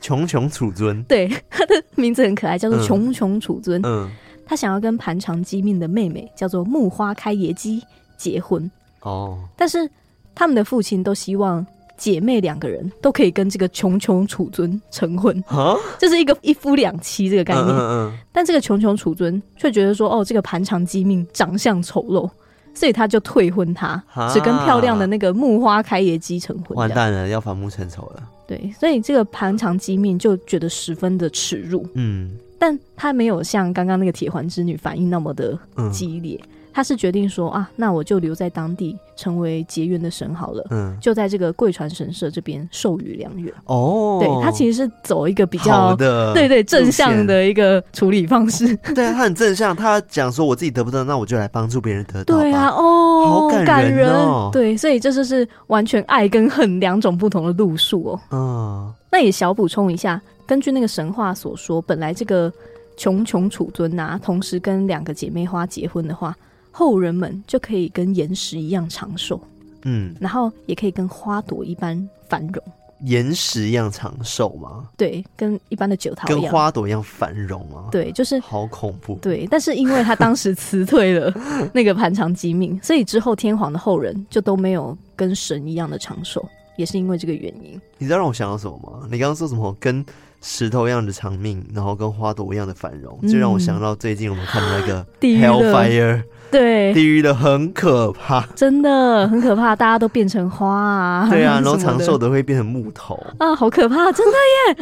穷穷楚嗯尊，对，他的名字很可爱，叫做嗯穷穷楚尊。嗯，他想要跟盘长机命的妹妹叫做木花开野姬结婚，哦，但是他们的父亲都希望姐妹两个人都可以跟这个穷穷楚尊成婚，啊，这是一个一夫两妻这个概念。嗯嗯嗯，但这个穷穷楚尊却觉得说，哦，这个盘长机命长相丑陋，所以他就退婚他，啊只跟漂亮的那个木花开野姬成婚。完，蛋了，要反目成仇了。对，所以这个盘长机命就觉得十分的耻辱，嗯但他没有像刚刚那个铁环之女反应那么的嗯激烈，他是决定说啊，那我就留在当地成为结缘的神好了。嗯，就在这个贵船神社这边授予良缘，哦，对他其实是走一个比好较的，对对路正线向，的一个处理方 式，对啊，他很正向，他讲说我自己得不到，那我就来帮助别人得到，对啊，，哦，好感感人哦对，所以这就是完全爱跟恨两种不同的路数哦。嗯那也小补充一下，根据那个神话所说，本来这个穷穷楚尊啊，同时跟两个姐妹花结婚的话，后人们就可以跟岩石一样长寿，嗯，然后也可以跟花朵一般繁荣，岩石一样长寿吗？对，跟一般的九桃跟一样，花朵一样繁荣吗？，对，就是。好恐怖。对，但是因为他当时辞退了 那个盘长机命，所以之后天皇的后人就都没有跟神一样的长寿，也是因为这个原因。你知道让我想到什么吗？你刚刚说什么跟石头一样的长命，然后跟花朵一样的繁荣，嗯就让我想到最近我们看的那个 地狱乐 Hellfire 对，地狱的很可 怕。真的很可怕，大家都变成花啊，对啊， 什然么后的长寿的会变成木头。啊，好可怕，真的耶！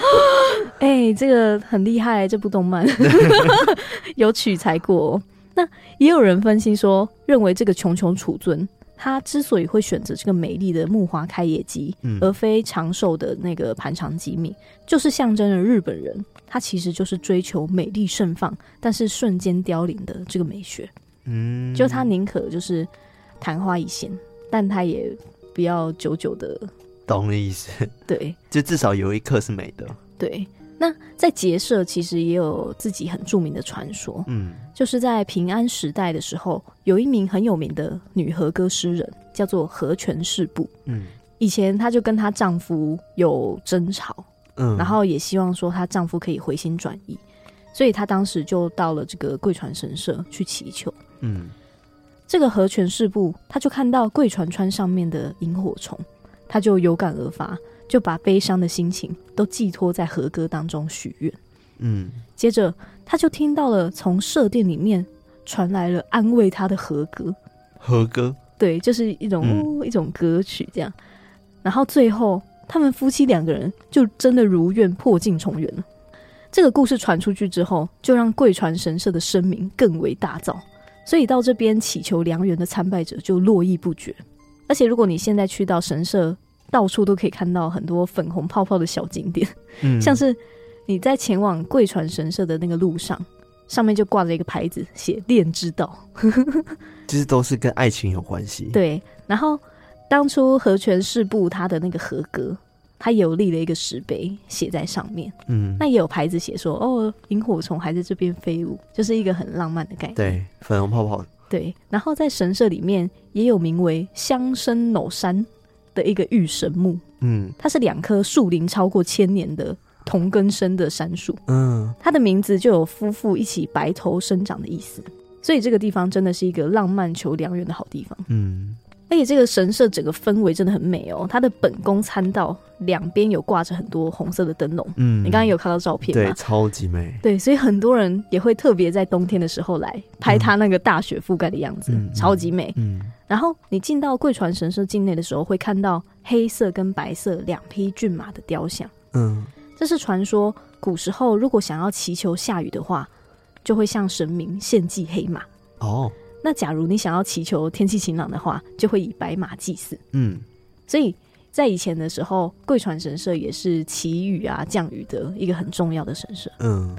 哎、这个很厉害，这部 动漫有取材过、哦。那也有人分析说，认为这个穷穷楚尊，他之所以会选择这个美丽的木花开野鸡，嗯而非长寿的那个盘长机命，就是象征了日本人，他其实就是追求美丽盛放，但是瞬间凋零的这个美学。嗯，就他宁可就是昙花一现，但他也不要久久的。懂的意思，对就至少有一刻是美的。对，那在结社其实也有自己很著名的传说，嗯就是在平安时代的时候，有一名很有名的女和歌诗人，叫做和泉氏部。嗯以前她就跟她丈夫有争吵，嗯，然后也希望说她丈夫可以回心转意，所以她当时就到了这个贵船神社去祈求。嗯这个和泉市部，他就看到贵船川上面的萤火虫，他就有感而发，就把悲伤的心情都寄托在和歌当中许愿。嗯，接着，他就听到了从社殿里面传来了安慰他的和歌，和歌对，就是一种、嗯哦一种歌曲这样。然后最后，他们夫妻两个人就真的如愿破镜重圆了。这个故事传出去之后，就让贵船神社的声名更为大噪，所以到这边祈求良缘的参拜者就络绎不绝。而且，如果你现在去到神社，到处都可以看到很多粉红泡泡的小景点，嗯，像是你在前往贵船神社的那个路上，上面就挂着一个牌子，写“恋之道”。就是都是跟爱情有关系。，对，然后当初和泉市部他的那个和歌，他有立了一个石碑写在上面，嗯那，也有牌子写说哦，萤火虫还在这边飞舞，就是一个很浪漫的概念。对，粉红泡泡，对然后在神社里面也有名为香生偶山的一个玉神木，嗯它是两棵树龄超过千年的同根生的杉树，嗯，它的名字就有夫妇一起白头生长的意思。所以这个地方真的是一个浪漫求良缘的好地方。嗯，而且这个神社整个氛围真的很美哦，它的本宫参道两边有挂着很多红色的灯笼，嗯，你刚刚有看到照片对，吗？超级美，对，所以很多人也会特别在冬天的时候来拍它那个大雪覆盖的样子，嗯超级美。嗯然后你进到贵船神社境内的时候，会看到黑色跟白色两匹骏马的雕像，嗯这是传说古时候如果想要祈求下雨的话，就会向神明献祭黑马。哦，那假如你想要祈求天气晴朗的话，就会以白马祭祀。嗯，所以在以前的时候，贵船神社也是祈雨啊、降雨的一个很重要的神社。嗯，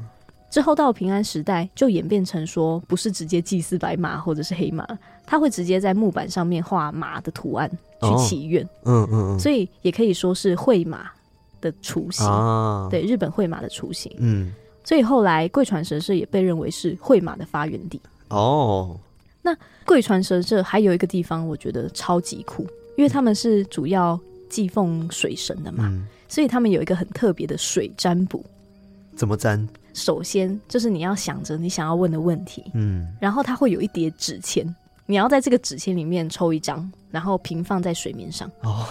之后到平安时代，就演变成说，不是直接祭祀白马或者是黑马，他会直接在木板上面画马的图案去哦祈愿，嗯嗯所以也可以说是绘马的雏嗯，形。啊，，对日本绘马的雏形，嗯，所以后来贵船神社也被认为是绘马的发源地。哦，贵船神社还有一个地方，我觉得超级酷，因为他们是主要祭奉水神的嘛，嗯，所以他们有一个很特别的水占卜。怎么粘？首先就是你要想着你想要问的问题，嗯，然后它会有一叠纸签，你要在这个纸签里面抽一张，然后平放在水面上。哦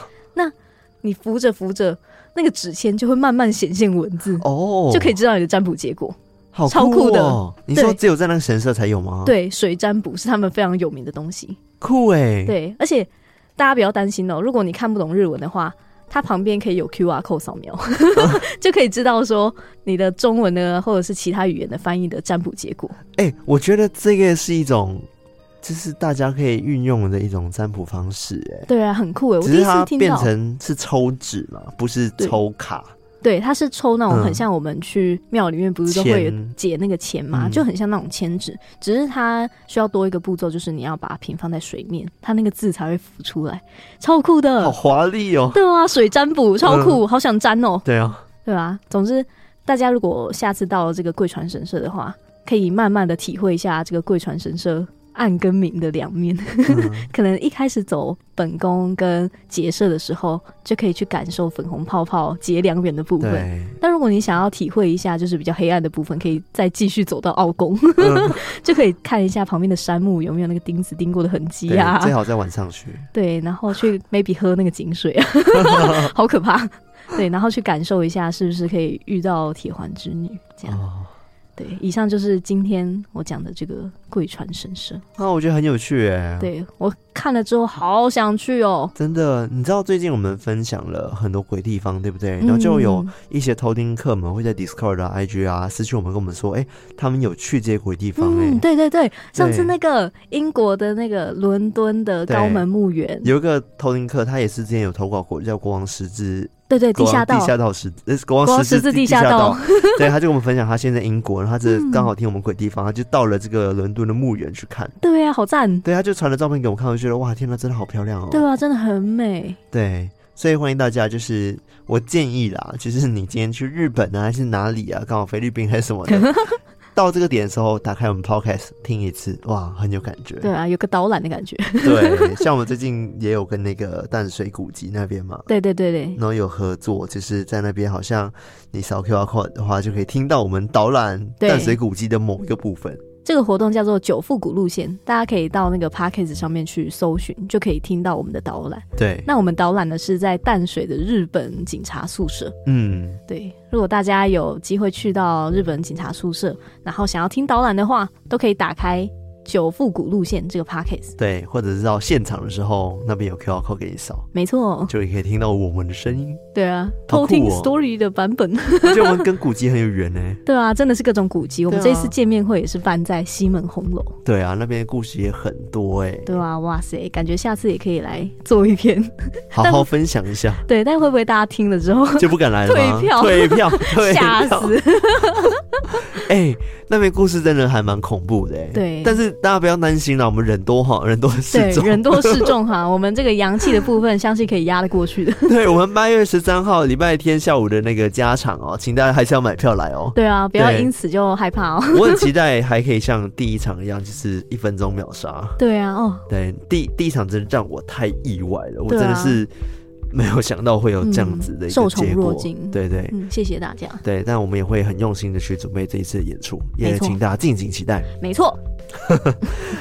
你浮着浮着，那个纸签就会慢慢显现文字，哦，就可以知道你的占卜结果。好超酷的哦你说对只有在那个神社才有吗？，对，水占卜是他们非常有名的东西。酷哎，，对，而且大家不要担心哦，如果你看不懂日文的话，它旁边可以有 QR code 扫描， 就可以知道说你的中文呢，或者是其他语言的翻译的占卜结果。哎，我觉得这个是一种，就是大家可以运用的一种占卜方式，哎。对啊，很酷诶，我只第是一它次听变到。成是抽纸嘛，不是对抽卡。对，它是抽那种嗯很像我们去庙里面不是都会有签解那个钱嘛，嗯就很像那种签纸，只是它需要多一个步骤，就是你要把它平放在水面，它那个字才会浮出来，超酷好的。华丽 哦！对啊，水占卜超酷，好想占哦。嗯对啊，对啊，总之，大家如果下次到这个贵船神社的话，可以慢慢的体会一下这个贵船神社暗跟明的两面。嗯 可能一开始走本宫跟结社的时候，就可以去感受粉红泡泡结良缘的部分。对，但如果你想要体会一下，就是比较黑暗的部分，可以再继续走到奥宫，嗯 就可以看一下旁边的山木有没有那个钉子钉过的痕迹对啊。最好在晚上 去。对，然 后去 maybe 喝那个井水，好可怕。对，然后去感受一下是不是可以遇到铁环之女这样。哦，对，以上就是今天我讲的这个贵船神社。那啊我觉得很有趣哎。，对我看了之后好想去哦。真的，你知道最近我们分享了很多鬼地方，对不对？然后就有嗯一些偷听客们会在 Discord 啊、IG 啊私讯我们，跟我们说，哎，他们有去这些鬼地方，哎嗯，，对对对，上次那个英国的那个伦敦的对高门墓园，有一个偷听客，他也是之前有投稿过，叫国王十字对对，国地王下道地，下道十字，呃国国王王十十字字地地下道道。对，他就跟我们分享他现在在英国，然后 他这嗯刚好听我们鬼地方，他就到了这个伦敦的墓园去看。对啊，好赞，对，他就传了照片给我看，我就觉得哇，天呐，真的好漂亮哦。对啊，真的很美。对，所以欢迎大家，就是我建议啦，就是你今天去日本啊，还是哪里啊，刚好菲律宾还是什么 的，到这个点的时候，打开我们 podcast 听一次，哇，很有感觉。对啊，有个导览的感觉。对，像我们最近也有跟那个淡水古迹那边嘛。对对对对，然后有合作，就是在那边好像你扫 QR code 的话，就可以听到我们导览对淡水古迹的某一个部分。这个活动叫做九复古路线，大家可以到那个 p a c k a g e 上面去搜寻，就可以听到我们的导览。对，那我们导览的是在淡水的日本警察宿舍。嗯，对，如果大家有机会去到日本警察宿舍，然后想要听导览的话，都可以打开九复古路线这个 p a c k a g e 对，或者是到现场的时候，那边有 QR code 给你扫，没错，就也可以听到我们的声音。对啊，好酷哦偷听 story 的版本， 我觉得我们跟古迹很有缘欸呢、对啊，真的是各种古迹。我们对这啊次见面会也是办在西门红楼，对啊，那边的故事也很多哎、对啊，哇塞，感觉下次也可以来做一篇。好好分享一 下，对，但会不会大家听了之后就不敢来了吗？退票退 票，退吓票！死？ 哎、那边故事真的还蛮恐怖的、欸。对但是大家不要担心啦，我们人多哈， 人多对是，众。人多势众哈，我 们这个阳气的部分，相信可以压得过 去的。对，我们八月十三号礼拜天下午的那个加场哦，请大家还是要买票来 哦。对啊，不要对因此就害怕哦。我很期待还可以像第一场一样，就是一分钟秒杀。 对啊，哦，对，第第一场真的让我太意外了，我对真啊的是没有想到会有这样子的一嗯个受宠结若果。惊对对嗯，谢谢大家。对，但我们也会很用心的去准备这一次的演出，也没错请大家敬请期待。没错，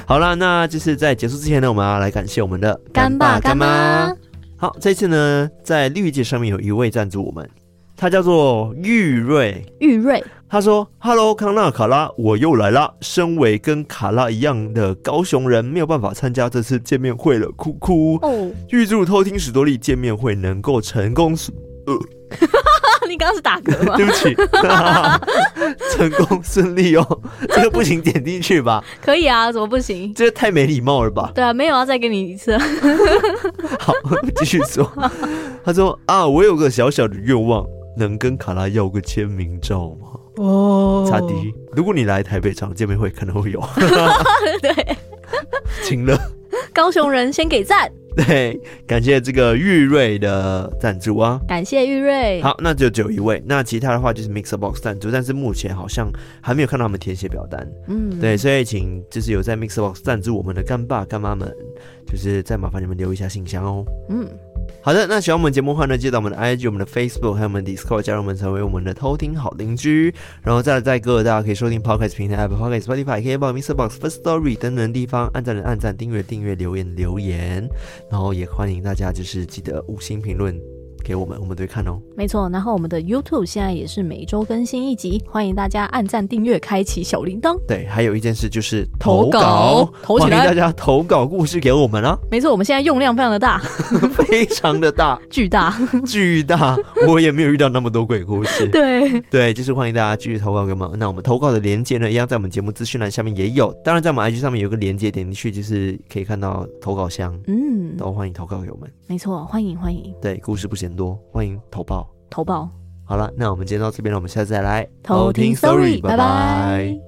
好啦，那就是在结束之前呢，我们要来感谢我们的干爸干妈妈。，好，这次呢，在绿界上面有一位赞助我们，他叫做玉瑞。玉瑞，他说：“Hello，康纳卡拉，我又来啦。身为跟卡拉一样的高雄人，没有办法参加这次见面会了，哭哭。 哦，预祝偷听史多利见面会能够成功。啊你刚刚是打嗝吗？ 对不起， 成功顺利哦，这个不行，点进去吧，可以啊，怎么不行？这个太没礼貌了吧？对啊，没有要再给你一次。好， 继续 说。他说啊，我有个小小的愿望，能跟卡拉要个签名照吗？哦查迪，如果你来台北场见面会，可能会有， 对，请了。 高雄人先给赞，对，感谢这个玉瑞的赞助啊。感谢玉瑞。好，那就只有一位。那其他的话就是 Mixer Box 赞助，但是目前好像还没有看到他们填写表单。嗯，对，所以请就是有在 Mixer Box 赞助我们的干爸干妈们，就是再麻烦你们留一下信箱哦。嗯，好的，那喜欢我们节目的话呢，记得我们的 IG、我们的 Facebook 还有我们的 Discord 加入我们，成为我们的偷听好邻居。然后再来在各个大家可以收听 Podcast 平台、Apple Podcast、Spotify、k b o Mr. Box、First Story 等等地方，按赞的按赞、订阅订阅、留言留言。然后也欢迎大家就是记得五星评论给我们，我们都会看哦。没错。然后我们的 YouTube 现在也是每周更新一集，欢迎大家按赞、订阅、开启小铃铛。对，还有一件事就是投稿稿，投起欢迎来大家投稿故事给我们啊，没错，我们现在用量非常的大，非常的大巨大。巨大，我也没有遇到那么多鬼故事。对，对，就是欢迎大家继续投稿给我们。那我们投稿的连接呢，一样在我们节目资讯栏下面也有，当然在我们 IG 上面有一个连接，点进去就是可以看到投稿箱，嗯，都欢迎投稿给我们。没错，欢迎欢迎对，故事不嫌多，欢迎投报。投报好了，那我们今天到这边了，我们下次再来偷听 story， Sorry，拜拜。